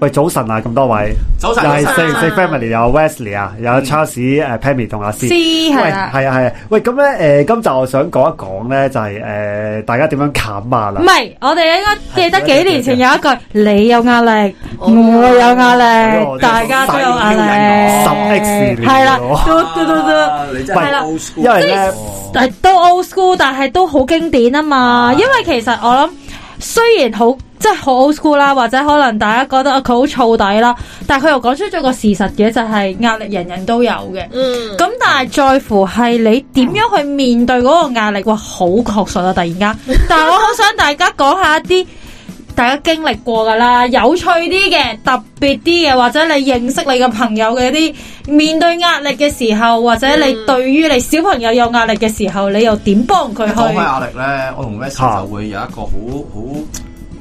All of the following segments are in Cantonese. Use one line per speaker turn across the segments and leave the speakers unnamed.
喂，早晨啊，咁多位，
早晨
又係
早
四
晨嗯
四 family 有 Wesley 啊，有 Charles 誒 Pammy 同阿 C，
C，係
喂，
啦
係啊係啊，喂，咁咧誒，今集我想講一講咧，就係誒大家點樣冚啊啦
唔，係，我哋應該記得幾年前有一句：你有壓力，
我
我
有
有
壓
壓
我
力，
哋
大家都有壓
細
力。
10 X 年
係啦，
喎
嘟嘟嘟嘟。
啊你真係
係啦
old school，
因為咧
但係都 old school，但係都好經典啊嘛。因為其實我諗，雖然好即係好 old school 啦，或者可能大家覺得啊佢好燥底啦，但係佢又講出咗個事實嘅，就係、壓力人人都有嘅。
嗯，
咁但係在乎係你點樣去面對嗰個壓力，哇，好確實啊！突然間，但係我好想大家講下一啲大家經歷過噶啦，有趣啲嘅、特別啲嘅，或者你認識你嘅朋友嘅一啲面對壓力嘅時候，或者你對於你小朋友有壓力嘅時候，你又點幫佢
講開
去？
壓力咧，我同 West
嚇
就會有一個好好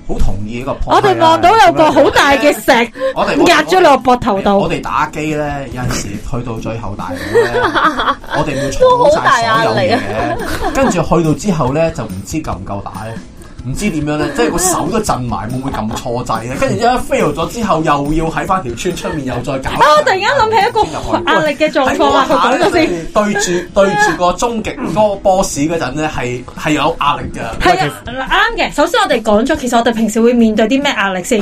好同意一個 point。
我哋望到有個好大嘅石
我哋
壓咗落膊頭
我
度，
哋打機咧，有陣時去到最後大佬咧， 我哋會儲
都好大
晒
壓
所有
力啊
嘢，跟住去到之後咧，就唔知夠唔夠打咧。唔知點樣咧，即係個手都震埋，會唔會撳錯掣咧？跟住一 fail 咗之後，又要喺翻條村出面又再搞。
啊！我突然間諗起一個壓力嘅狀況啊，講咗先。
對住對住個終極嗰個 boss 嗰陣咧，係係有壓力嘅。
係啊，啱嘅。首先我哋講咗，其實我哋平時會面對啲咩壓力先？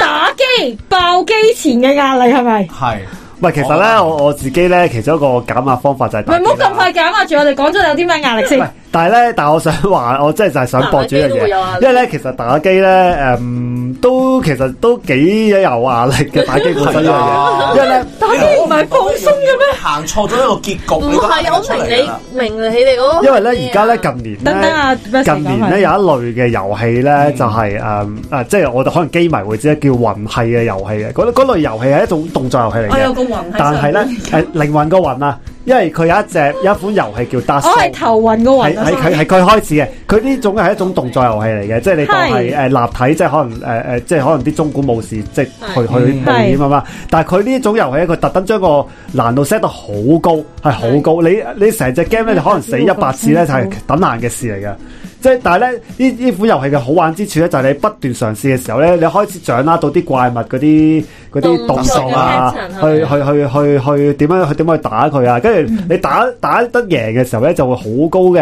打機爆機前嘅壓力係咪？
係
喂，其實咧
哦
我我自己咧，其中一個減壓方法就係
唔
打
係唔好
機啦
咁快減壓住，我哋講咗有啲咩壓力先
喂。，但係咧，但係我想話， 我真係就係想博主呢樣
打機都會有
啊
壓
嘢，
力
因為咧，其實打機咧，誒、嗯，都其實都幾有壓力嘅打機本身呢
係啊
樣嘢，因為咧，
打機唔係放鬆嘅咩？
行錯咗一個結局，
唔
你都行
係，
得出
我
嚟
明
㗎啦
你明你哋嗰個
因為
咩
咧
啊
而家咧近年
等等哦啊
咧，近年咧有
啊
一類嘅遊戲
嗯
咧就係誒誒，即係我哋可能機迷會知咧，叫魂系嘅遊戲嘅，嗰嗰類遊戲係一種動作遊戲嚟
我哦
嘅，
有個暈喺
但係咧誒靈魂個魂啊，因為佢有一隻有一款遊戲叫 Dark
我
Souls
哦係頭暈個
係係佢
暈啊！
係佢開始嘅，佢呢種係一種動作遊戲嚟嘅，即係你當係
係
誒立體，即係可能誒誒、呃即係可能啲中古武士即係去
係
去
嗯
冒險啊嘛。但係佢呢種遊戲咧，佢特登將個難度 set 到好高，係好高。你你成隻 game 咧，你可能死一百次咧，就係等難嘅事嚟嘅。即係但係咧，呢呢款遊戲嘅好玩之處咧，就係你不斷嘗試嘅時候咧，你開始掌握到啲怪物嗰啲嗰啲動
動
作
作啊
嘅 pattern，，
去去去去去點樣去點樣去打佢啊？跟住你打打得贏嘅時候咧，就會好高嘅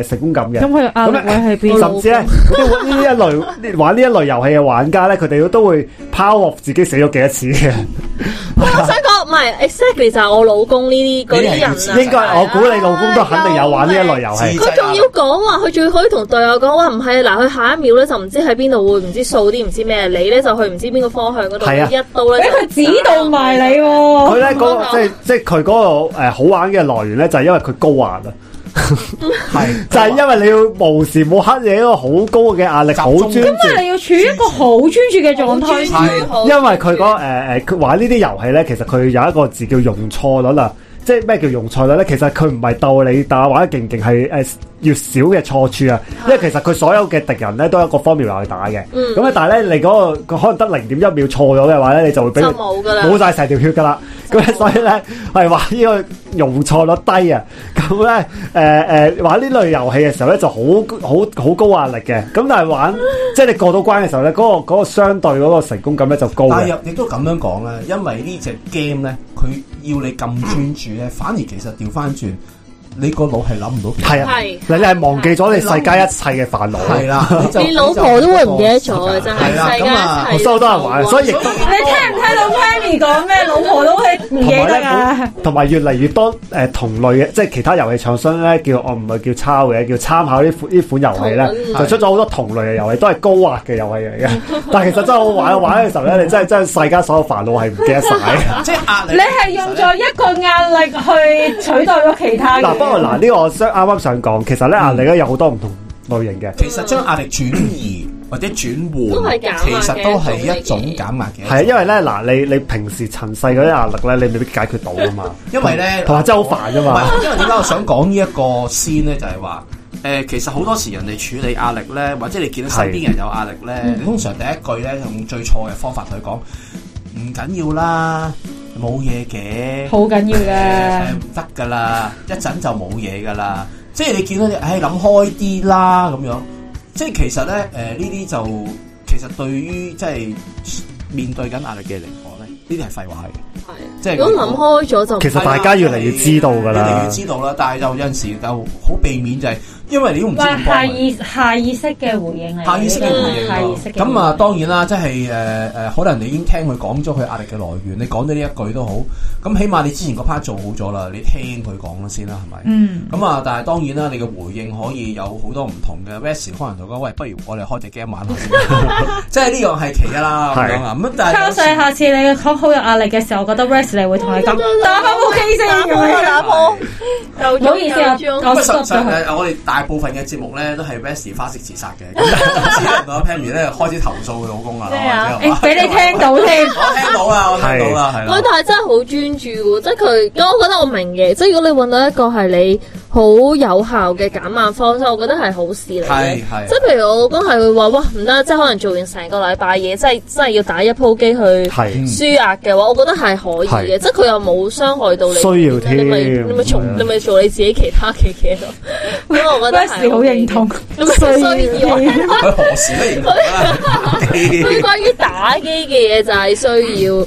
誒成功感嘅。
佢壓
力
位喺
甚至咧，呢呢一類 呢玩呢一類遊戲嘅玩家咧，佢哋都會拋落自己死咗幾多次 嘅。
我想講唔係 exactly 就係我老公呢啲嗰啲人
呢啲
啊，
係
應該我估你老公都肯定有玩呢一類遊戲。
佢仲要講話，佢仲要可以同隊友講話，唔係嗱，佢下一秒咧就唔知喺邊度會唔知掃啲唔知咩，你咧就去唔知邊個方向嗰度，
係啊
一刀咧
俾佢指導埋你
佢
喎。
咧嗰個即係即係佢嗰個呃誒好玩嘅來源咧，就係因為佢高壓啊，
係
就係因為你要無時無刻你喺一個好高嘅壓力，好專
集
注。
中
因為你要處於一個好專注嘅狀態。
因為佢嗰個誒誒，佢玩呢啲遊戲咧，其實佢有一個字叫容錯率啦。即係咩叫容錯率咧？其實佢唔係鬥你打玩得勁唔勁，係誒越少嘅錯處啊。因為其實佢所有嘅敵人咧都有一個 formula 去打嘅。
嗯
咁咧，但係咧你嗰、個佢可能得零點一秒錯咗嘅話咧，你就會俾
就
佢
冇㗎啦
冇晒成條血㗎啦。咁咧，所以咧係話呢個容錯率低啊。咁咧誒誒玩呢類遊戲嘅時候咧就好好好高壓力嘅。咁但係玩即係你過到關嘅時候咧，嗰、個嗰個相對嗰個成功感咧就高
但
嘅。
係亦都咁樣講咧，因為呢只 game 咧，佢要你咁專注咧，反而其實調翻轉，你個腦係諗唔到。
係啊，
係
你你係忘記咗你世界一切嘅煩惱。
係啦，就
你老婆都會唔記得咗嘅真係
係啦，
世界
咁啊，
一
我
切。
收多人玩，所以亦都
你聽唔聽到 Pammy 講咩？老婆都係唔
同
記
埋
得啊！
咧，同埋越嚟越多誒同類嘅，即係其他遊戲廠商咧，叫我唔係叫抄嘅，叫參考呢款呢款遊戲
同
咧，就出咗好多同類嘅遊戲，都係高壓嘅遊戲嚟嘅。 但係其實真係好玩，玩嘅時候咧，你真係真係世間所有煩惱係唔記得 晒。
即係壓力。
你係用咗一個壓力去取代咗其他嘅。
嗱，不過嗱，呢個我想啱啱想講，其實咧壓力咧有好多唔同類型嘅。
其實將壓力轉移或者轉
都
換
係減壓，
其實都係一種
嘅一種
減壓嘅。
係啊，因為咧嗱，你你平時塵世嗰啲壓力咧，你未必解決到噶嘛。
因為咧，
同埋真係好煩㗎啊嘛
唔係因為點解我想講呢一個先咧，就係話誒，其實好多時人哋處理壓力咧，或者你見到身邊人有壓力咧，你通常第一句咧用最錯嘅方法同佢講唔緊要啦，冇嘢嘅，
好緊 要嘅
誒。唔得噶啦，一陣就冇嘢噶啦。即係你見到你，唉諗開啲啦咁樣。即係其實咧，誒呢啲就其實對於即係面對緊壓力嘅嚟講咧，呢啲係廢話嚟嘅。即係
係
啊
如果諗開咗就
其實大家越嚟越知道㗎啦
越嚟越知道啦。但係就有陣時就好避免就係、因為你都唔知
喂，
點
下
幫佢。
意下意識嘅回應嚟，
下意識嘅回應
下意識
喎
嘅
咁啊，當然啦，即係誒誒，可能你已經聽佢講咗佢壓力嘅來源，你講咗呢一句都好，咁起碼你之前嗰 part 做好咗啦，你聽佢講咗先啦，係咪？
嗯，
咁啊，但係當然啦，你嘅回應可以有好多唔同嘅。Wes 可能就講，喂，不如我哋開隻 game 玩 下先，即係呢個係其一啦，咁樣啊。咁但係
敲
有時
細下次你嘅 call 好有壓力嘅時候，我覺得 Rex 你會同佢講打開部機先咁
開
樣。
打波，又
唔好意思啊，我
咁
stop
實
咗
實
佢。
誒，呃我哋大部分嘅節目咧都係 Wes 花式自殺嘅。咁 有時咧，我 Pammy 咧開始投訴佢老公啊，
咩啊
或者
誒，俾你聽到添，
我聽到啦，我聽到啦，係啦
喂，。但係真係好專注喎，即係佢，咁我覺得我明嘅，即係如果你揾到一個係你好有效嘅減壓方式，我覺得係好事嚟嘅
係。係
即係譬如我老公係會話，哇唔得，即係可能做完成個禮拜嘢，即係真係要打一鋪機去
係
舒壓嘅話，我覺得係可以
係
嘅，即係佢又冇傷害到你。
需要
你咪
添
你咪做
係
嗯
啊
你咪做你自己其他嘅嘢咯。咁我覺 得
Rex
係
好認同，
咁所以
需要添
佢何時都認同啦。
所以 關於打機嘅嘢就係需要。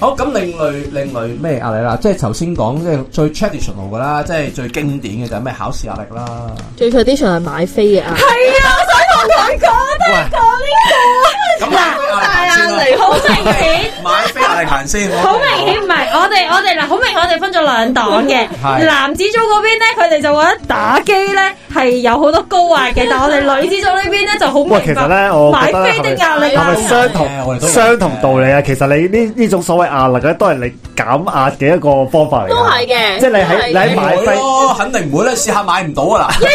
好咁，另類另類咩壓力啦？即係頭先講即係最 traditional 噶啦，即係最經典嘅就係咩考試壓力啦。
最 tradition 係買飛嘅啊，
係啊，我想同佢講都係講呢
咁 買飛啊壓力行先啦
個，好
力
明顯。
買飛壓力行先。
好明顯唔係，我哋我哋嗱，好明顯我哋分咗兩黨嘅
係。
男子組嗰邊咧，佢哋就覺得打機咧係有好多高壓嘅，但我哋女子組呢邊咧就好明
喂，其實咧，
白
我
買
覺得
飛的壓力
係
啊
咪相
係我
同
哋都有
相同道理啊？其實你呢呢種所謂壓力咧，都係你減壓嘅一個方法嚟㗎。
都係嘅
即係你
都
喺
係嘅
你喺買
唔會
飛，
咯，肯定唔會啦，試下買唔到啊嗱。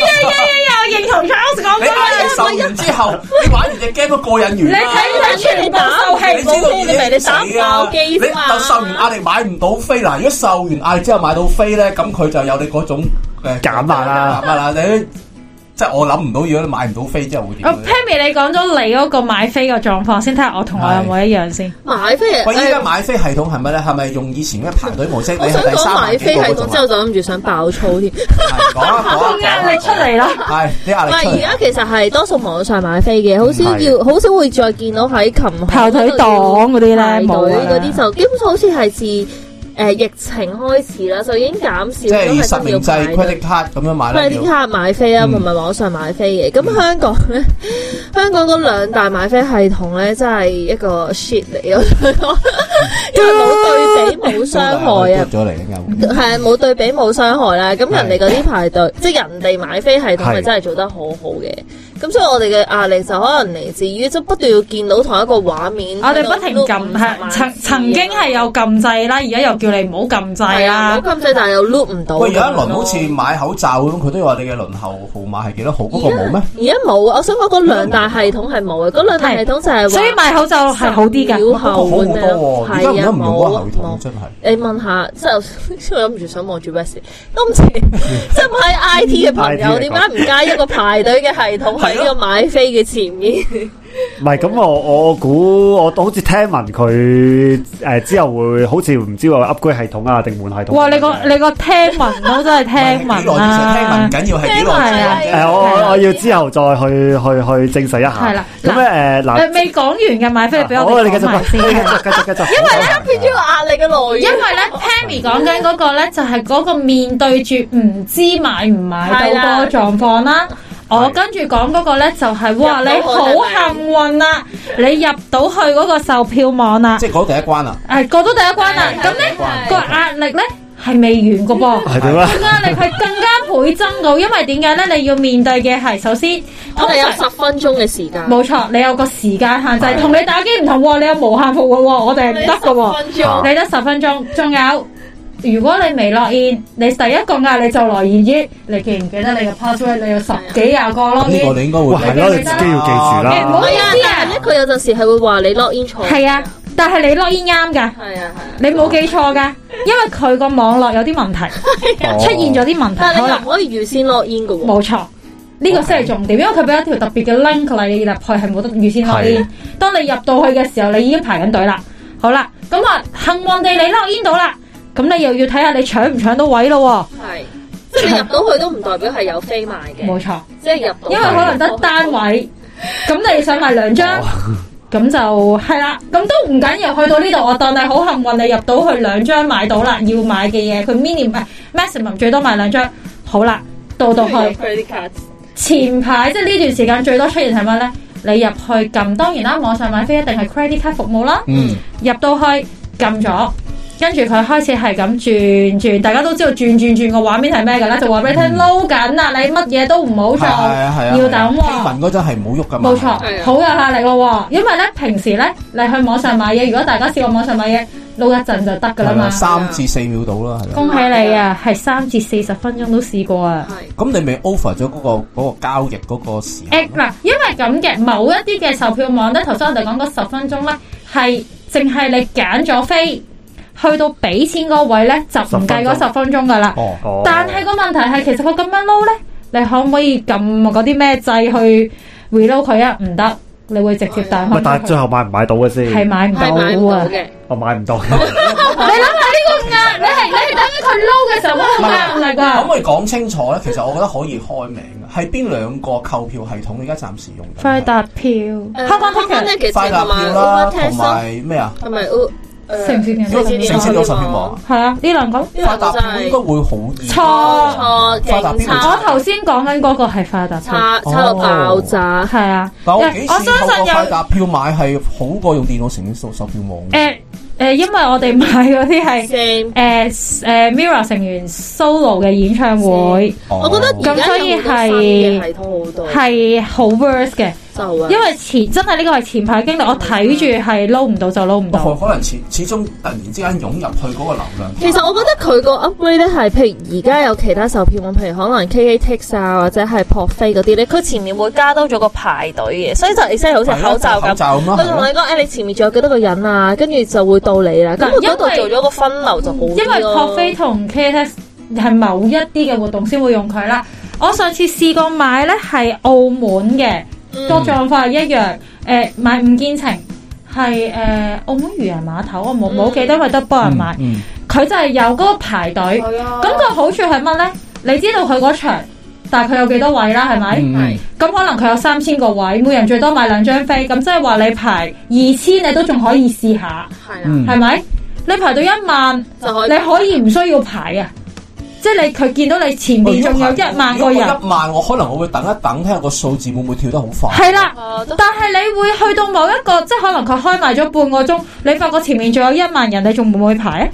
我認同 Charles 講
你
嗰個
買完售完之後，你玩完只 game 都過癮
你
完啦。
睇到全部受
你知
氣，
道已經
哎你打
死啦
爆機啊啫嘛
啊你就受完壓力買唔到飛嗱，如果受完壓力之後買到飛咧，咁佢就有你嗰種誒
減壓啦
減壓啦，你即係我諗唔到，如果你買唔到飛之後會點
我
哦
咧？
Pammy 你講咗你嗰個買飛嘅狀況先，睇下我同我有冇一樣先。
買飛啊
喂，依家
誒。
買飛系統係咪咧？係咪用以前嘅排隊模式？你
我想
係第
講
三
買
萬
飛
幾個
系
嗰
統
種
之後就諗住想爆 粗添，唔
啊？係講 啊講啊
個壓力出嚟啦，
係啲壓力出
係而
嚟。
家其實係多數網上買飛嘅，好少
嗯
係
要，好少會再見到喺琴
排隊黨嗰啲咧冇啊
嗰啲就基本上好似係自誒、疫情開始啦，就已經減
即
少
係以
咗
實
係
名制
真要買
credit card 咁樣買啦，
credit
要
card 買飛
嗯
啊，同埋網上買飛嘅。咁香港咧， 香港嗰兩大買飛系統咧，真係一個 shit 嚟咯， 因為冇對比冇傷害啊
都係。咗嚟嘅有
系冇對比冇傷害啦，咁人哋嗰啲排隊，即系人哋買飛系統
係
係真係做得好好嘅，咁所以我哋嘅壓力就可能嚟自於即係不斷要見到同一個畫面，
我哋不停撳，係曾曾經係有撳掣啦，而家又叫你唔好撳掣
係啊，
啦。
冇咁滯，但係又 loop 唔到。
喂，有一輪好似買口罩咁，佢都話你嘅輪候號碼係幾多號？嗰個冇咩？
而家冇啊！我想講嗰兩大系統係冇嘅，嗰兩大系統就係話
所以買口罩係好哦啲
10秒
㗎。
好好
後
多
咁樣咯
喎，而家唔得
係啊，
唔用嗰個
冇
系
冇
統，。真係。
你問下，即係 我諗住想望住 West，都唔知， 即係唔係 I T 嘅朋
IT 嚟講
友點解唔加一個排隊嘅系統喺呢個買飛嘅前面？
唔係咁我我估我好似聽聞佢誒之後會好似唔知話 upgrade 系統啊定換系統。
哇！你個你個聽聞都真係聽
幾耐之
聞
前聽聞
啦。
緊要係幾耐
誒、
之前
我
係
我
啦
我要之後再去去去證實一下。
係啦
咁咧誒
誒
嗱，
未講完嘅買飛，你俾
好啊
我哋
你繼
講
續
埋
講，
先
你。繼續繼續繼續。因為咧
變咗個壓力嘅來
因
源。
為咧，Pammy 講緊嗰個咧，就係嗰個面對住唔知買唔買到嗰個狀況啦。我跟住講嗰個咧，就係哇，
入到
你好幸運啦，你入到去嗰個售票網啦，
即係嗰第一關啦。
誒過到第一關啦。
係
咁咧
係
個壓力咧係未完噶噃。
係點 咧？
個壓力係更加倍增到，因為點解咧？你要面對嘅係首先，
我哋有十分鐘嘅時間，
冇錯，你有個時間限制，同你打機唔同喎，你有無限復活喎，我哋係唔得噶喎。
十分鐘。
你得十分鐘，仲有，如果你未落 in，你第一個壓力就來源於你記唔記得你嘅 password，你有十幾廿個咯。
啊呢個你應該會
哇，係咯，你自己要記住
你唔
啦
好。
係啊，但係咧佢有陣時係會話你 log in 錯。
係啊，但係你落 in 啱㗎，
係啊，係啊。
你冇記錯㗎，因為佢個網絡有啲問題，
哦
出現咗啲問題。
但係
好
你又
啦
唔，可以預先 log in 嘅喎。
冇錯。呢個先係重點，因為佢俾一條特別嘅 link 你入去係冇得預先落 in
係。
當你入到去嘅時候，你已經排緊隊啦。好啦，咁啊幸運地你落 in 到啦，咁你又要睇下你搶唔搶到位咯
係。即係你入到去都唔代表係有飛賣
喎。冇
嘅，
錯。
即係入到。
因為可能得單。位，咁你想買兩張，咁就係啦，咁都唔緊要。去到呢度，我當你好幸運，你入到去兩張買到啦，要買嘅嘢，佢 mini 唔係 maximum 最多買兩張。好啦，到到去
credit card，
前排即係呢段時間最多出現係乜呢？你入去撳，當然啦，網上買飛一定係 credit card 服務啦。
嗯，
入到去撳咗，跟住佢開始係咁轉轉，大家都知道轉轉轉個畫面係咩㗎啦，就話俾你聽撈緊啦，你乜嘢都唔好
嗯係
做，
啊係啊係啊，
嗯要等
批
喎。
文嗰陣係唔好喐噶嘛，
冇錯
係，啊
好有壓力咯喎，因為咧平時咧你去網上買嘢，如果大家試過網上買嘢，撈一陣就得㗎啦
係
嘛啊
啦，。三至四秒到啦，係啦。
恭喜你啊，係三至四十分鐘都試過啊。
係
咁你咪 over 咗嗰個嗰個交易嗰個時
誒
間咯。
嗱，因為咁嘅某一啲嘅售票網咧，頭先我哋講嗰十分鐘咧，係淨係你揀咗飛，去到俾錢嗰位咧就唔計嗰十分鐘噶啦。
哦，
哦
但係個問題係，其實佢咁樣撈咧，你可唔可以撳嗰啲咩掣去 reload 佢啊？唔得，你會直接彈
喂
開
但係最
佢。
後買唔買到嘅先？
哦係買唔到
係買唔到
啊！
嘅，
我買唔到。
你諗下呢個壓，你係你係等於佢撈嘅時候嗰個壓力
可唔
啊！
可以講清楚咧？其實我覺得可以開名嘅，係邊兩個購票系統而家暫時用緊？
快達票，
誒
香港 t
香港
i
ticket
快達
同埋
票
Uber
啦，同
Tax 啦，
埋咩啊？
同埋呃 U 誒
城市電腦
電
城市
腦
電腦售票網
係啊，呢兩個。
呢
快
個
達
真
票應該
係
會好啲。
錯
錯
快達
勁
票
差
我頭先講緊嗰個係快達票，
差差到爆炸，
係啊，
但我幾時
我相
透
信
過快
有
達票買係好過用電腦城市售售票網？
誒誒，因為我哋買嗰啲 係
正。
誒誒 Mirror 成員 solo 嘅演唱會，
我覺得
哦
而家用到新嘅系統好多，
係好 worse 嘅，
就啊，
因為前真係呢個係前排經歷，我睇住係撈唔到就撈唔
不過
到，
可能始始終突然之間湧入去嗰個流量。
其實我覺得佢個 upgrade 咧係，譬如而家有其他售票網，譬如可能 KKTix 啊，或者係撲飛嗰啲咧，佢前面會加多咗個排隊嘅，所以就 e x 好似
係啦
口罩
口
咁。
罩咁啦
佢同
係
你
啦，
講，哎誒，你前面仲有幾多個人啊？跟住就會到你啦。咁
嗱
佢嗰
因
度
為
做咗個分流就好
因為
啲
撲
咯。
飛同 KTX 係某一啲嘅活動先會用佢啦。我上次試過買咧係澳門嘅。
嗯
個狀況係一樣。誒、買唔見情係誒、澳門漁人碼頭，我冇冇記得，因為得幫人買。
嗯，
佢、就係有嗰個排隊。咁、
係啊
個好處係乜咧？你知道佢嗰場，但係佢有幾多位啦？係咪？咁、
嗯
可能佢有三千個位，每人最多買兩張飛，咁即係話你排二千，你都仲可以試下，
係啊，
嗯
係咪？你排到一萬，
就可以
你可以唔需要排啊！即係你佢見到你前面仲有一萬個人，
一萬我可能我會等一等，睇下個數字會唔會跳得好快。
係啦。
啊都
但係你會去到某一個，即係可能佢開埋咗半個鐘，你發覺前面仲有一萬人，你仲會唔會排啊？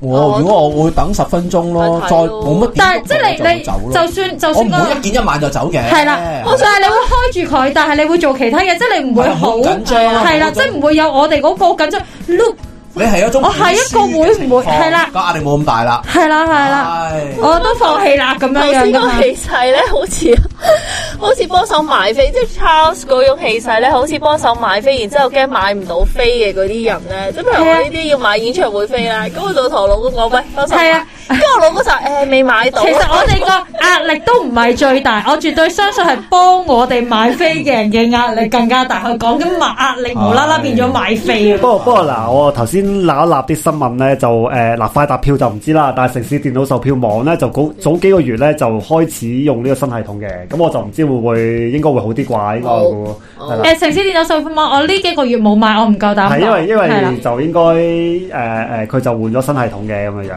我如果我會等十分鐘咯，
咪
再
睇咯
冇乜點
但係即係你
係
你
走咯。
就算就
我
算
唔
個
會一見一萬就走嘅。
係
哎
啦，但係你會開住佢，但係你會做其他嘢，即係你唔會
係好
好
緊張啊
係啦，
嗰種
即係唔會有我哋嗰個緊張 look，
你係一種
我係一個會唔會
本書嘅情況
係啦
個壓力冇咁大啦。
係啦係啦，
係
我都放棄啦咁樣
頭
樣
先
噶
個
嘛。
氣勢咧，好似 好似幫手買飛，即係 Charles 嗰種氣勢咧，好似幫手買飛，然之後驚買唔到飛嘅嗰啲人咧，即係譬如我呢啲要買演唱會飛啦，咁我就同我老公講喂，幫手
係
買
啊，
跟住我老公就誒未買到，啊
其實我哋個壓力都唔係最大，我絕對相信係幫我哋買飛嘅人嘅壓力更加大。佢講緊買壓力無啦啦變咗買飛啊！
不過不過嗱，我頭先揦一揦啲新聞咧，就誒嗱、快達票就唔知啦，但係城市電腦售票網咧就
嗯
早早幾個月咧就開始用呢個新系統嘅，咁我就唔知會唔會應該會好啲啩，應該會係啦。
誒城市電腦售票網，我呢幾個月冇買，我唔夠膽
係嗯
買。
因為因
係啦
為就應該誒誒佢就換咗新系統嘅咁樣樣，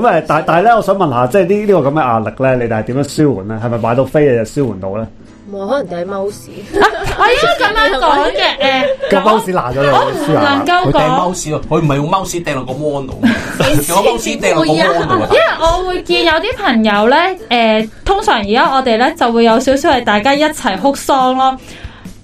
咁呃誒但但係咧，我想問下，即係呢呢個咁嘅壓力咧，你哋係點樣舒緩咧？係咪買到飛你就舒緩到咧？
冇可能就係 mouse，
啊我應該咁樣講嘅誒，
個
嗱我
mouse 爛咗你，
我唔
舒
能
壓。
夠
佢掟
講，
mouse 咯，佢唔係用 mouse 掟落個 mon 度，用個 mouse 掟落個 mon 度啊
因。為我會見有啲朋友咧誒、通常而家我哋咧就會有少少係大家一齊哭喪咯，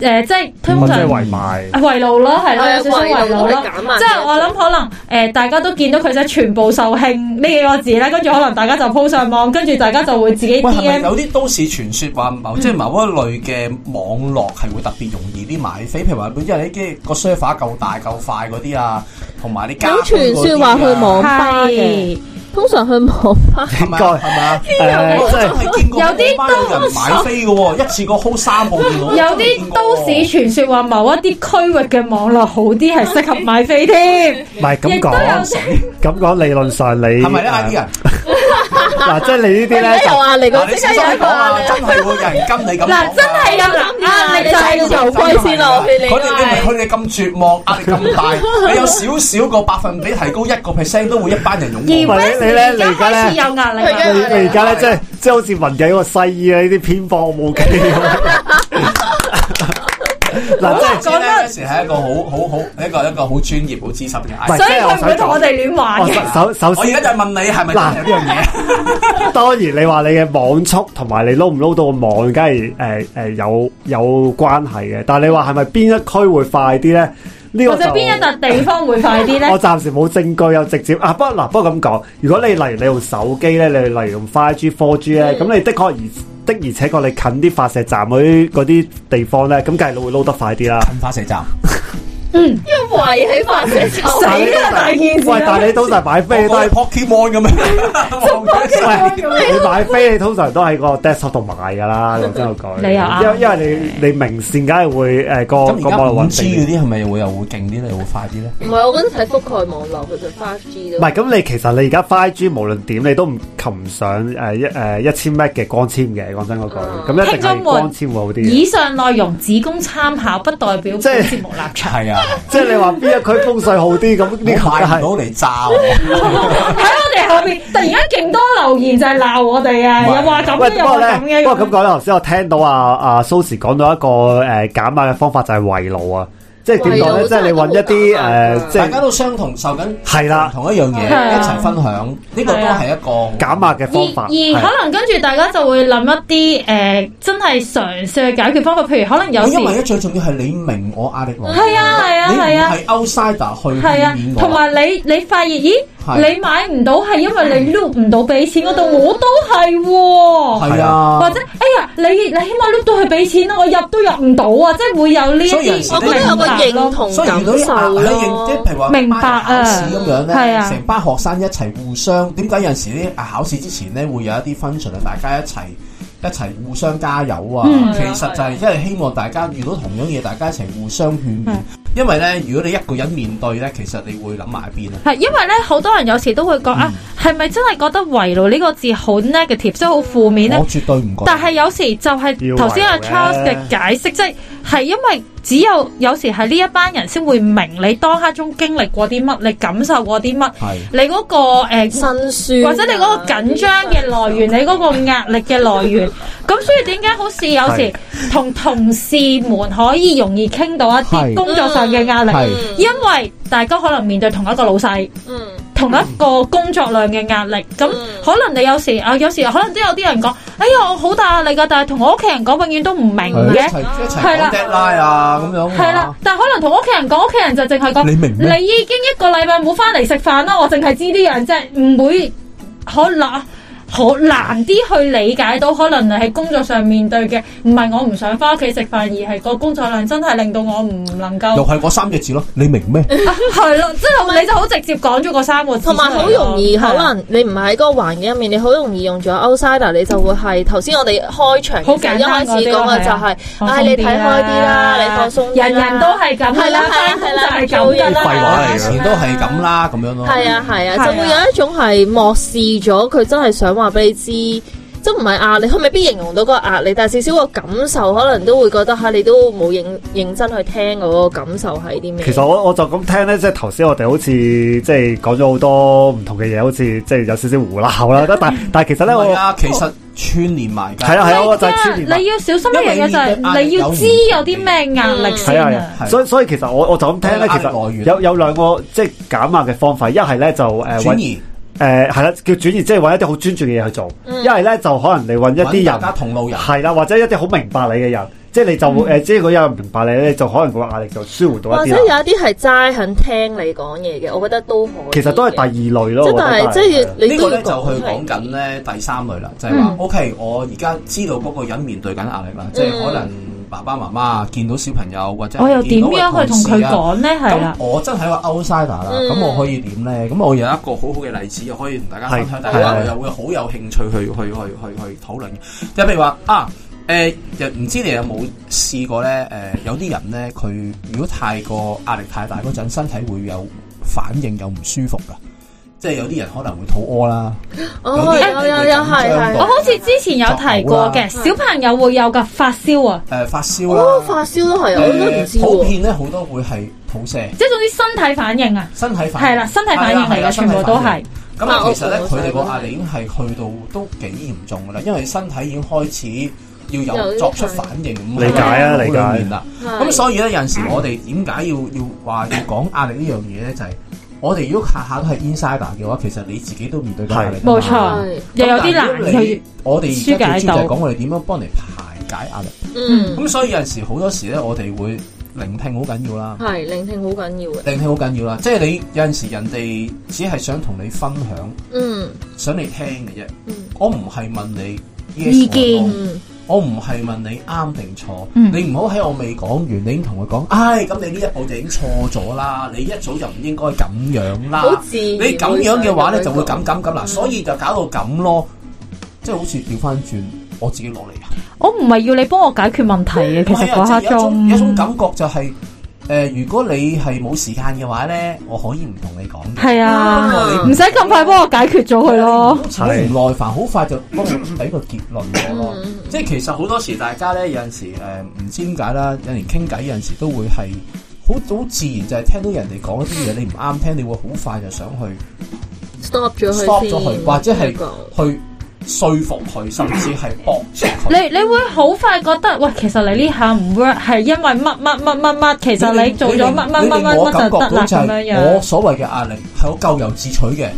誒、即係通
我真係
常。
圍埋。
圍爐咯，係咯，
係啊
有少少圍
圍爐
爐
我哋
咯
減慢，
即係我諗可能誒、大家都見到佢寫全部售罄呢幾個字咧，跟住可能大家就 po 上網，跟住大家就會自己
喂，係咪
DM
有啲都市傳說話某即係某一類嘅網絡係會特別容易啲買飛？譬如話，因為你啲個 server 夠大夠快嗰啲啊，同埋你加
有傳說話去網吧嘅
係。
通常去網吧
係咪啊係咪啊？
誒
我真係見過
有啲
班有人買飛嘅喎，一次過 hold 三部電腦。
有啲都市傳說話某一啲區域嘅網絡好啲，係適合買飛添。
唔係咁
亦都有
講，咁講理論上你啊
à? 係咪咧？啲人
嗱，即係你呢啲
喂
咧
而家有
就
壓力，我
嗱，你
即
小
刻
心
有一
講
個壓
啊！
力
真。係會有人跟你咁講啊
嗱，真係有嗱壓力就係
你戴個頭盔先啦我 feel 你
佢哋你
係
佢哋咁絕望，壓力咁大，你有少少個百分比提高一個 percent，都會一班人
而
擁
喂
護。
你你咧你
Wesley 而
而家
家
咧
開始有壓力啊
佢而
啦。
家
你你而家咧，即係即係好似問緊一個西醫咧，啊呢啲偏方武器咁樣。 嗱，即係
即係咧，有時係一個好好好一個一個好專業、好資深嘅。
喂
所以佢唔會同我哋亂玩
我
嘅。
首首
我而
先
家。就係問你係咪真係有呢樣嘢？
當然，你話你嘅網速同埋你撈唔撈到個網，梗係誒誒有有關係嘅。但係你話係咪邊一區會快啲咧？呢、
或
個就
者邊一笪地方會快啲咧？
我暫時冇證據有直接啊，不過嗱，不過咁講，如果你例如你用手機咧，你例如用 5G、4G 咧，咁、你的確而的而且確你近啲發射站嗰啲嗰啲地方咧，咁梗係會撈得快啲啦。
近花石站，
因為喺發射
死
就
啦！大件事
喂，
啦
但係你通常買飛
你
都
都
係。
係 Pokemon 咁樣。
喂，你買飛你通常都喺個 desktop 度買㗎啦，講真句。
你又啱
因為因為你你明線梗係會誒個
咁
個
而家
網
五
絡穩
G
定
嗰。啲係咪會又會勁啲咧，會快啲咧？
唔係，我覺得睇覆蓋網絡嘅啫，5G
唔
都
係，咁你其實你而家 5G 無論點你都唔擒唔上誒一誒一千 Mbps 嘅光纖嘅，講真嗰句，
啊
咁一定係光纖會好啲嘅。
以上內容只供參考，不代表本
即係
節目立場。
係啊，
即係你話邊一區風水好啲， 咁
你
呢個
買唔
係
到嚟炸我。
喺我哋後面突然間勁多留言就係鬧我哋啊，
唔係
又話咁
喂，
嘅，
不
又
過
話
咧
咁，嘅。
不過咁講咧，頭先我聽到啊啊蘇時講到一個誒減壓嘅方法就係圍爐啊，即係點講咧？即係你揾一啲誒，即
大家
係
都相同受緊
係啦
同一樣嘢，
係啊
一齊分享，呢個都係一個
減壓嘅方法。
而而可能跟住大家就會諗一啲誒、呃真係嘗試嘅解決方法，譬如可能有時
因為咧最重要係你明我壓力來源
係啊係啊
你唔
係啊
係 outsider 去
係啊
面，我
同埋你你發現咦，
嗯係
你買唔到係因為你 loop 唔到俾錢嗰度，我都係喎。
係啊，
或者哎呀，你你起碼 loop 到去俾錢啦，我入都入唔到啊！即係會有呢一
所以有時
啲，
我覺得有個認同
所以
感
遇到啲壓
受
力，即係
咯。
譬如話
啊明白啊
考試咁樣
係
咧，
啊
成班學生一齊互相點解有陣時啲啊考試之前咧會有一啲 function 啊，大家一齊一齊互相加油啊！
嗯
其實就係因為希望大家遇到同樣嘢，大家一齊互相勸勉。
嗯
因為咧，如果你一個人面對咧，其實你會諗埋一邊啊。
係因為咧，好多人有時都會講、
嗯
啊，係咪真係覺得圍爐呢個字好 negative，即係好負面咧
我？絕對唔覺得。
但係有時就係頭先阿
要圍爐嘅
Charles 嘅解釋，即係係因為只有有時係呢一班人先會明你當刻中經歷過啲乜，你感受過啲乜，
係
你嗰、個呃
辛酸啊，
或者你嗰個緊張嘅來源，你嗰個壓力嘅來源，咁所以點解好似有時
係
同同事們可以容易傾到一
係嗯
啲工作上嘅壓力
係，
因為大家可能面對同一個老細。
嗯，
同一個工作量嘅壓力，咁
嗯
可能你有時啊，有時可能都有啲人講，哎呀，我好大壓力噶，但係同我屋企人講，永遠都唔明
係一
嘅，
齊一齊
嗯係
講
啦
deadline 啊，咁樣
係啦。但係可能同屋企人講，屋企人就淨係講，
你明咩
你已經一個禮拜冇翻嚟食飯啦，我淨係知呢樣啫，唔會可難好難啲去理解到，可能係工作上面對嘅，唔係我唔想翻屋企食飯，而係個工作量真係令到我唔能夠
又係嗰三隻字咯，你明咩？
啊係咯，即係你就好直接講咗個三個字出嚟
同
咯，
埋好容易，
係啊
可能你唔喺嗰個環境入面，你好容易用咗 outsider，你就會係頭先我哋開場
好
嘅時候
簡
一
單
開始講嘅就係，
放鬆啲啦啊
唉，啊你睇開啲啦，你放鬆啲啦
人人都係咁㗎
係
啦
啦，
翻工
係啦，
就係咁㗎啦
廢話嚟
以
㗎
前都係咁啦，咁樣咯。
係啊係
係啊
啊，就會有一種係漠視咗佢真係想話俾你知，即係唔係壓力，佢未必形容到個壓力，但係至少個感受可能都會覺得嚇你都冇認認真去聽我個感受係啲咩。
其實我我就咁聽咧，即係頭先我哋好似即係講咗好多唔同嘅嘢，好似即係有少少胡鬧啦。但但係其實咧，
係
我
啊，其實串連埋㗎。
係啊係啊，我就
即
係
係
千年
你要小心一樣嘢就係你要知有啲咩壓力
係
先
嗯
啊係
啊。
啊，所以所以其實我我就咁聽咧，
壓
其
力來
實
呃源
有有兩個即係減壓嘅方法，一係啊咧就呃誒
轉
揾
移
誒係啦，叫轉移，即係揾一啲好專注嘅嘢去做。一係咧就可能你揾一
一
啲
啲大家
人
同路嗯人。嗯
係啦，或者一啲好明白你嘅人，即係你就誒，即係如果有人明白你咧，就可能個壓力就舒緩到
或
一
者
啲
有一
啦。
啲係齋肯聽你講嘢嘅，我覺得都可以嘅。
其實都係第二類咯，
即係
我覺
但
得
係即係要你
呢個
都要
咧就去
講
講緊咧第三類啦，就係
嗯
話 OK，我而家知道嗰個人面對緊壓力啦，即係可能爸爸媽媽見到小朋友或者
我又點
見到嘅
樣
同
去同
事
佢
啊
講咧？係啦
咁，我真係個 outsider 啦，
嗯
咁我可以點咧？咁我有一個好好嘅例子，可以同大家分享，
係
大家
係
又會好有興趣去去去去去討論。即係譬如話啊，誒、又唔知你有冇試過咧？誒、有啲人咧，佢如果太過壓力太大嗰陣，身體會有反應，有唔舒服噶。即係有啲人可能會肚屙啦，
哦，
有啲
有有有，係係。
我好似之前有提過嘅，小朋友會有噶發燒啊，
誒發燒
哦，
啦，
發燒都係，我都唔知
誒普
喎。
遍咧好多會係肚瀉。
即係總之身體反應啊。
身體反
係啦，身體反應嚟嘅，全部都係。
咁啊，其實咧，
我
佢哋個壓力已經係去到都幾嚴重噶啦，因為身體已經開始要有
有
作出反應。咁
理解啊
好
理解
兩面啦。
係
咁所以咧，有陣時我哋點解要要話要講壓力呢樣嘢咧，就係我哋如果下下都係 insider 嘅話，其實你自己都面對緊壓力㗎嘛。
冇錯
係，
又有啲
咁但係如
難
果你
去。
我哋而家最主要就
疏
係
解到
講我哋點樣幫你排解壓力。
嗯，
咁所以有陣時好多時咧，我哋會聆聽好緊要啦。
係聆聽好緊要嘅。
聆聽好緊要啦，即係你有陣時人哋只係想同你分享，
嗯
想你聽嘅啫。
嗯
我唔係問你 yes
意見
or no，
嗯，
我唔係問你啱定錯。
嗯
你唔好喺我未講完，你已經同佢講，唉，咁你呢一步就已經錯咗啦，你一早就唔應該咁樣啦。
好自然。
你咁樣嘅話咧，就會咁
咁
咁咁啦，所以就搞到咁咯。即係好似調翻轉，我自己落嚟啊。
我唔係要你幫我解決問題嘅，其實嗰刻
啊有一種有一種
中
感覺就係、呃如果你係冇時間嘅話咧，我可以唔同你講嘅。
係
不過
啊，
你
唔使咁快幫我解決
哎
咗佢
好
咯。
唔耐煩，好快就幫我俾個結論我咯。即係其實好多時大家咧有陣時誒唔、知點解啦，有人傾偈有陣時都會係好好自然就係聽到人哋講一啲嘢你唔啱聽，你會好快就想去
stop 咗佢
stop 咗
先
佢，或者係
呢個
去說服佢，甚至係駁斥
你
佢。
你會好快覺得，喂，其實你呢下唔 work 係因為乜乜乜乜乜，其實你做咗乜乜乜
你令我
乜乜
感覺
就得啦
到就
咁樣
係我
樣。
所謂嘅壓力係我咎由自取嘅，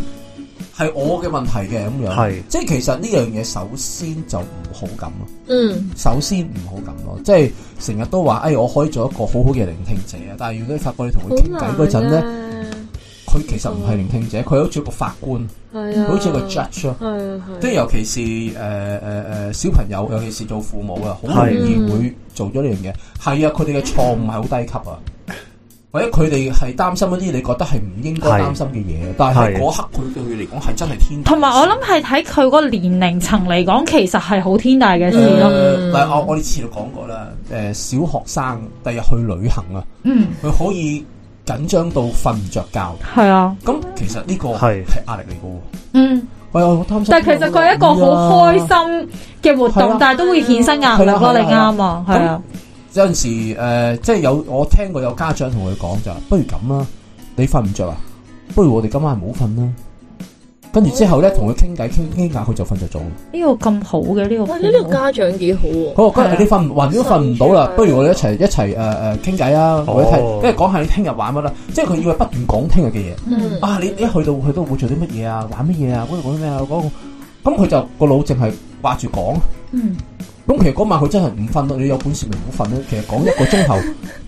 係我嘅問題嘅咁樣。
係
即係其實呢樣嘢首先就唔好咁咯。
嗯
首先唔好咁咯，即係成日都話，誒、哎我可以做一個好好嘅聆聽者啊！但係如果你發覺你同
好
佢傾偈
難啊
嗰陣咧，
咧，
佢其實唔係聆聽者，佢好似一個法官，
係啊，
好似一個 judge 咯。
係啊係啊
即係尤其是誒誒誒小朋友，尤其是做父母啊，好容易
係
會做咗呢樣嘢。係啊，佢哋嘅錯誤係好低級啊，或者佢哋係擔心一啲你覺得係唔應該
係
擔心嘅嘢，但係
係
嗰刻佢對佢嚟講係真係天大嘅事。
同埋我諗係睇佢個年齡層嚟講，其實係好天大嘅事
誒
咯。
嗯
呃但係我我哋之前都講過啦，誒、小學生第日去旅行啊，
嗯，
佢可以緊張到瞓唔着覺，
係啊，
咁其實呢個
係
係壓力嚟嘅喎。
嗯。
喂，我好擔心。
但係其實佢係一個好開心嘅活
係啊
動，但係都會衍生壓力
係啦
咯。
係
你
啦
啱啊，係啊，
有陣時誒、呃即係有我聽過有家長同佢講就話，不如咁啦，你瞓唔着啊，不如我哋今晚唔好瞓啦。跟住之後咧，同佢傾偈傾傾偈，佢就瞓着咗。
呢個咁好嘅呢個
哇！呢個
父母，
家長幾好喎，
佢話：，
係啊
你瞓唔暈都瞓唔到啦，不如我哋一齊一齊誒誒傾偈啊，或者睇，
哦
跟住講下你聽日玩乜啦。即係佢要係不斷講聽日嘅嘢。
嗯
啊！你你一去到去到會做啲乜嘢啊？玩乜嘢啊？嗰度講啲咩啊？嗰、個咁佢就個腦淨係掛住講。啊
嗯，
咁其實嗰晚佢真係唔瞓咯。你有本事咪唔好瞓咯。其實講一個鐘頭，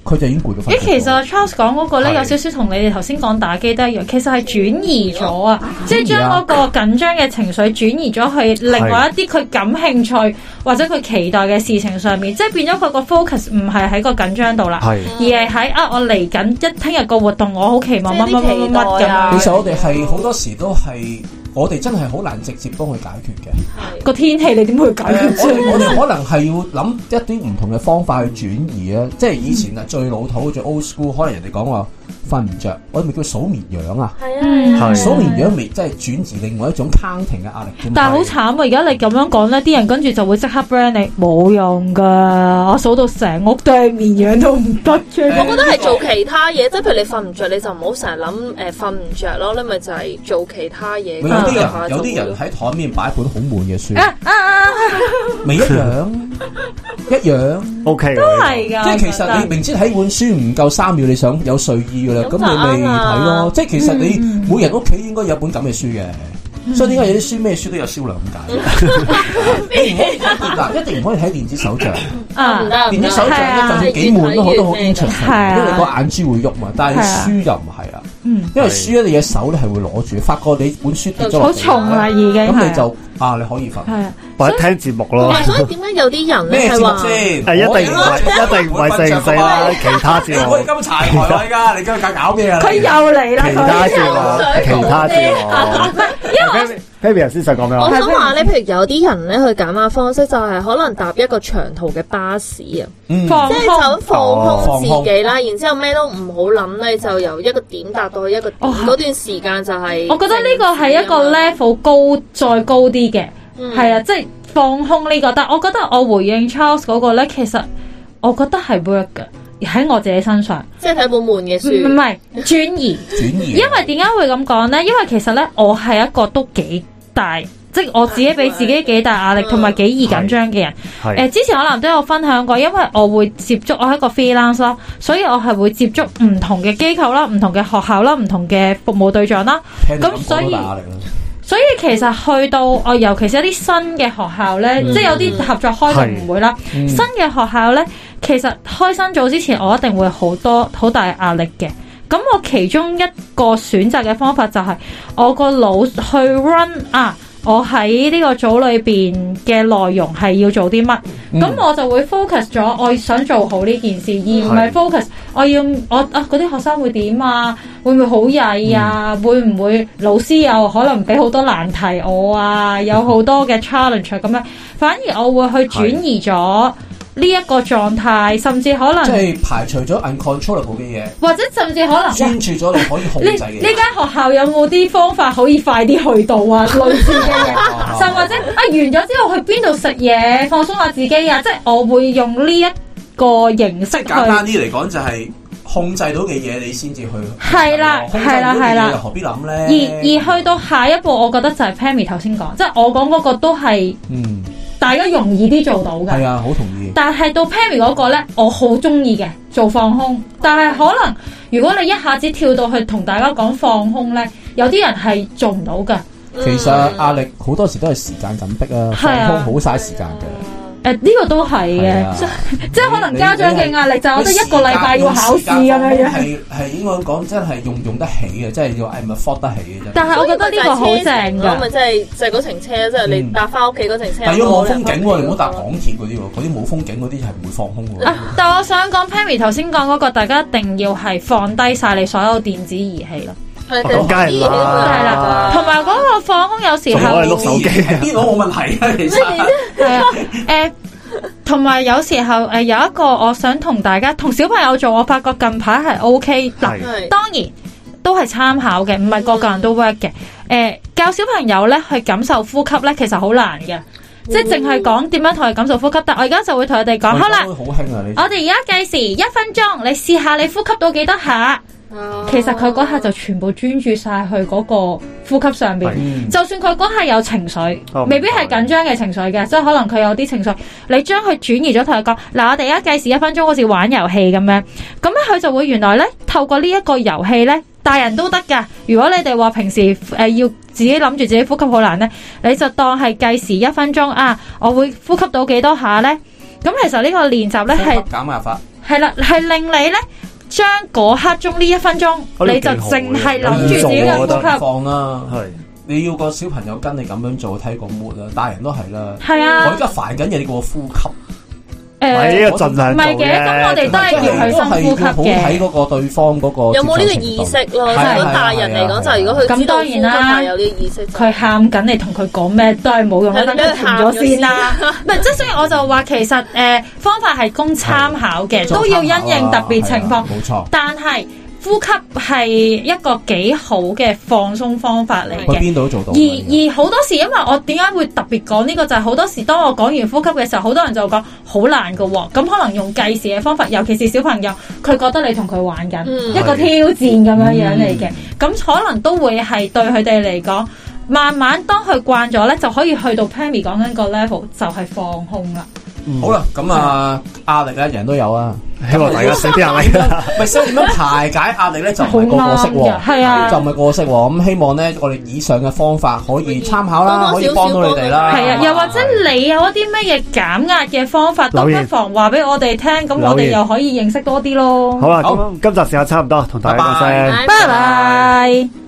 佢就已經攰到瞓。
咦，其實 Charles 講嗰個咧，
係
有少少同你哋頭先講打機都一樣，其實係轉移咗啊，即係將
啊
嗰個緊張嘅情緒轉移咗去另外一啲佢感興趣或者佢期待嘅事情上面，即係變咗佢個 focus 唔係喺個緊張度啦，
係
而係喺啊我嚟緊一聽日個活動，我好期望
即係
乜
啲
乜乜乜乜
期待
咁
其
啊
樣，
實我哋係好多時都係我哋真係好難直接幫佢解決嘅。
個天氣你點會解
係啊
決
我
啫？
哋我哋可能係要諗一啲唔同嘅方法去轉移啊。即係以前啊最老土最 old school，可能人哋講話瞓唔着，我哋咪叫數綿羊啊。
係
嗯
啊，
係
數綿羊咪即係轉移另外一種 counting 嘅壓力啫嘛。
但係好慘啊！而家你咁樣講咧，啲人跟住就會即刻 brand 你冇用噶。我數到成屋都係綿羊都唔得
我
嘅。
覺得係做其他嘢，即係譬如你瞓唔着，你就唔好成日諗誒瞓唔着咯，你咪就係做其他嘢。
咪有啲
啊
人有啲人喺台面擺本好悶嘅書，
啊啊啊！
咪一樣一 樣。
，OK 嘅
都係㗎。
即係其實你明知睇本書唔夠三秒，你想有睡意噶啦，咁
咁就
你咪
啱啦
睇咯。即係其實你
嗯
每人屋企應該有本咁嘅書嘅，所以點解有啲書咩書都有銷量
嗯
咁解？你 唔可以睇電 嗱，一定唔可以睇電子手 帳。
啊
唔，得
電子手
係啊
帳咧，就算幾悶都好，都好
越睇越
interesting，
係
因為個
啊
眼珠會喐嘛。但係
係啊
書就唔係啦，啊
嗯，
因為書咧你嘅手咧係會攞住，發覺你本書跌咗落
好
地
重啦已經
咁
係
你就啊你可以瞓。
係啊，
或者聽節目
同
咯。
埋所以點解有啲人
咩
咧
節
係話
目先？
係一定唔係一定唔係四唔四啦，其他
你
節
可
目
以，咁柴台啦，而家你今日搞咩啊？
其他節目，
其他節目，其他節目， Pavia 先想講咩
我
話？
想話咧，譬如有啲人咧，佢減壓方式就係可能搭一個長途嘅巴士啊。
嗯，
放
即係
空
就
哦
放空自己啦，然之後咩都唔好諗咧，就由一個點達到去一個點
哦係
嗰段時間就係。啊
我覺得呢個係一個 level 高再高啲嘅，係、啊，即係放空呢、個。但我覺得我回應 Charles 嗰個咧，其實我覺得係 work 嘅，喺我自己身上，
即係睇本悶嘅
唔唔
書，
係轉移。
轉移，
因為點解會咁講呢？因為其實呢，我係一個都幾大，即係我自己俾自己幾大壓力，同埋幾易緊張嘅人。誒、
係
之前可能都有分享過，因為我會接觸，我係一個 freelance 啦，所以我係會接觸唔同嘅機構啦、唔同嘅學校啦、唔同嘅服務對象啦。
聽到
咁
咁
所以
講都大壓力啦
所以其實去到我，尤其是一啲新嘅學校呢，即係有啲合作開就唔會啦。
嗯
新嘅學校呢，其實開新組之前，我一定會好多好大壓力嘅。咁我其中一個選擇嘅方法就係、我個腦去 run 啊，我喺呢個組裏邊嘅內容係要做啲乜，咁、
嗯
我就會 focus 咗，我想做好呢件事，而唔
係
係 focus 我要我啊嗰啲學生會點啊，會唔會好曳啊，
嗯
會唔會老師又可能俾好多難題我啊，有好多嘅 challenge 啊咁樣，反而我會去轉移咗呢一個狀態，甚至可
即
能
係排除咗 uncontrollable 嘅嘢，
或者甚至可能。
專注咗你可以控
呢
制
呢
嘅
間
嘢。
學校有冇啲方法可以快啲去到 啊？類似嘅
哦
嘢，甚或者啊完咗之後去邊度食嘢，放鬆下自己啊！即係我會用呢一個形
即
式
係
去，
簡單啲嚟講，就係控制到嘅嘢，你先至去。哦
係啦
控制
係啦
到嘅嘢
係啦
又何必諗
而
咧？
而去到下一步，我覺得就係 Pammy 頭先講，即係我講嗰個都係
嗯，
大家容易啲做到嘅
係。啊，好同意。
但係到 Pammy 嗰個呢，我好中意嘅做放空，但係可能如果你一下子跳到去同大家講放空呢，有啲人係做唔到㗎。
其實壓力好多時都係時間緊迫啊，
嗯係啊
放空好嘥時間嘅。
誒呢、個都係嘅
係，啊
即係可能家長嘅壓力就係我得一個禮拜要考試咁樣樣。
係啊係應該講真係用用得起嘅，即係要哎係咪 afford 得起嘅啫。
但係我覺得呢個好正
咁
㗎
咪，即係就係嗰程車，即係你
嗯
搭翻屋企嗰程車。
但要
啊
冇風景喎，你唔好搭港鐵嗰啲喎，嗰啲冇風景嗰啲係唔會放空嘅
啊。！但我想講 Pammy 頭先講嗰個，大家一定要係放低晒你所有電子儀器咯，
係，
哦咁梗係啦
係啦。同埋嗰個放空有時
啊仲
候
可以碌手機啊
邊個冇問題啊？其實
係啊，誒，同埋有時候誒有一個我想同大家同小朋友做，我發覺近排係 OK 嗱。
係
係
當然都係參考嘅，唔係個個人都 work 嘅。誒、教小朋友咧去感受呼吸咧，其實好難嘅，即係淨係講點樣同佢感受呼吸。但我而家就會同佢哋
嗯
講，好啦
我，覺得好興啊！你
我哋而家計時一分鐘，你試下你呼吸到幾多下。其實佢嗰下就全部專注晒去嗰個呼吸上邊。
係
嗯
就算佢嗰下有情緒，
哦
未必係緊張嘅情緒嘅，即係可能佢有啲情緒，你將佢轉移咗同佢講，嗱，我哋而家計時一分鐘，好似玩遊戲咁樣，咁咧佢就會原來咧透過呢一個遊戲咧，大人都得噶。如果你哋話平時誒、呃要自己諗住自己呼吸好難咧，你就當係計時一分鐘啊，我會呼吸到幾多下咧？咁其實呢個練習咧
呼吸
係
減壓法，
係啦，係令你咧將嗰刻鐘呢一分鐘，
哦呢個
你就
幾好啊
淨
嘅
係諗住自己嘅
我覺
呼
得
吸，
放啦。
係
你要個小朋友跟你咁樣做，睇個 mood 啦，大人都係啦。
係
我
啊
而，家煩緊嘢，你叫我呼吸，
誒、
咪呢個盡量
唔係嘅，咁我哋都係
即
要
係
去
都係
深呼
要好
吸嘅
睇。嗰個對方嗰個
有冇呢個
接受程度
意識咯？
係係
即係如
係啊
果大人嚟
係
講，
係
就如果佢
咁
知道
當然啦
呼吸係有呢個意識就，
佢喊緊，你同佢講咩都係冇用啦，
係
等佢停咗先啦。 唔係，即係所以我就話其實誒、呃方法係供參考嘅，都要因應特別情況
啊係啊。冇錯。
但係呼吸係一個幾好嘅放鬆方法嚟
去
嘅。
邊度都做到
而
嘅。
而好多時，因為我點解會特別講呢個，就係、好多時當我講完呼吸嘅時候，好多人就講好難嘅喎。咁可能用計時嘅方法，尤其是小朋友，佢覺得你同佢玩緊、
嗯
一個挑戰咁樣樣嚟嘅，咁、可能都會係對佢哋嚟講，慢慢當佢慣咗咧，就可以去到 Pammy 講緊個 level，就係放空啦。
好啦，咁啊，壓力咧，人都有啊。
希望大家少啲壓力啊啦。
咪所以點樣排解壓力咧，就唔係個個識
好啱
喎，
㗎係啊
就唔係個個識喎。咁希望咧，我哋以上嘅方法可以參考啦，可
多多
以
少
幫到你哋啦。
係啊，
啊
又或者你有一啲咩嘢減壓嘅方法，都
留
不
言
妨話俾我哋聽，咁我
留
哋
言
又可以認識多啲咯。
好啦，
好
咁今集時間差唔多，同大家講
拜
聲
拜。
拜拜。